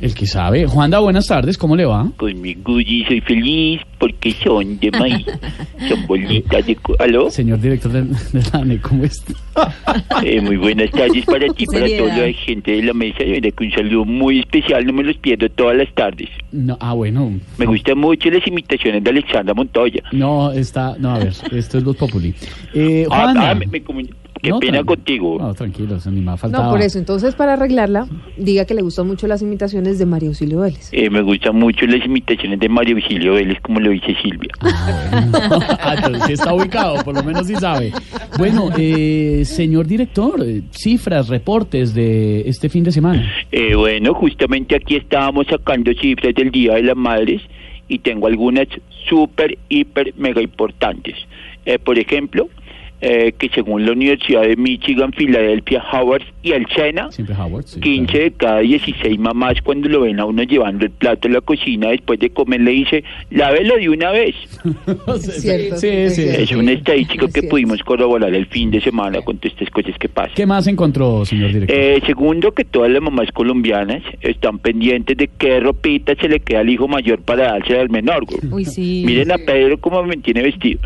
El que sabe. Juanda, buenas tardes, ¿cómo le va? Con mi Gucci soy feliz porque son de maíz, son bolitas de... co- ¿Aló? Señor director del- de, la ANE, ¿cómo está? Eh, muy buenas tardes para ti, para toda la gente de la mesa. De verdad que un saludo muy especial, no me los pierdo todas las tardes. No, ah, bueno. Me gustan mucho las imitaciones de Alexandra Montoya. No, está. No, a ver, esto es Voz Populi. Eh, Ah, Juanda. ah, me- me comuni- Qué No, pena tran- contigo. No, tranquilo, se ni más faltaba. No, por eso. Entonces, para arreglarla, diga que le gustan mucho las imitaciones de María Auxilio Vélez. Eh, me gustan mucho las imitaciones de Mario Auxilio Vélez, como lo dice Silvia. Ah, entonces sí está ubicado, por lo menos sí sabe. Bueno, eh, señor director, eh, cifras, reportes de este fin de semana. Eh, bueno, justamente aquí estábamos sacando cifras del Día de las Madres y tengo algunas súper, hiper, mega importantes. Eh, por ejemplo, eh, que según la Universidad de Michigan, Filadelfia, Howard y el Sena, Siempre Howard. Sí, 15 de cada 16 mamás cuando lo ven a uno llevando el plato a la cocina después de comer le dice, lávelo de una vez. claro. Sí, Cierto, sí, es sí. cierto. Es una estadística Así que es. pudimos corroborar el fin de semana con todas estas cosas que pasan. ¿Qué más encontró, señor director? Eh, segundo, que todas las mamás colombianas están pendientes de qué ropita se le queda al hijo mayor para darse al menor. güey. Uy, sí. Miren a Pedro cómo me tiene vestido.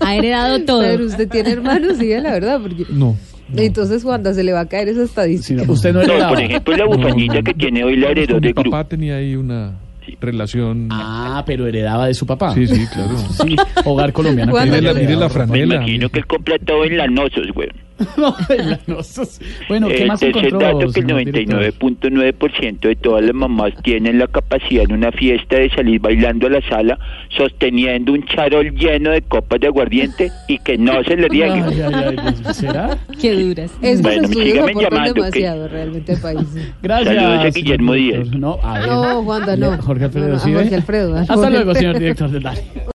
Ha heredado todo. Pero usted tiene hermanos, diga la verdad, porque... no. Entonces, Wanda, se le va a caer esa Sí, estadística. no, Usted no No, era. por ejemplo, la bufanita que tiene hoy la heredó Con de mi grupo. papá tenía ahí una relación. Ah, pero heredaba de su papá. Sí, sí, claro. Sí, hogar colombiano. Juan, Mire la, Claro. mire la Me franela. imagino que él compra todo en las nosos, güey. No, en la- no, eso es- bueno, ¿qué Eh, más tercer encontró? dato que el señor director? 99.9% de todas las mamás tienen la capacidad en una fiesta de salir bailando a la sala sosteniendo un charol lleno de copas de aguardiente y que no se le riegue. Ay, ay, ay, pues, ¿será? Qué duras. Estos Bueno, estudios sígame aportan llamando, ¿qué? demasiado realmente al país. Gracias. Saludos a Guillermo señor director. Díaz. No, a ver. No, Wanda, no. Jorge Alfredo No, no, a Cide. Jorge Alfredo, a Hasta Jorge luego, Alfredo. señor director del DARI.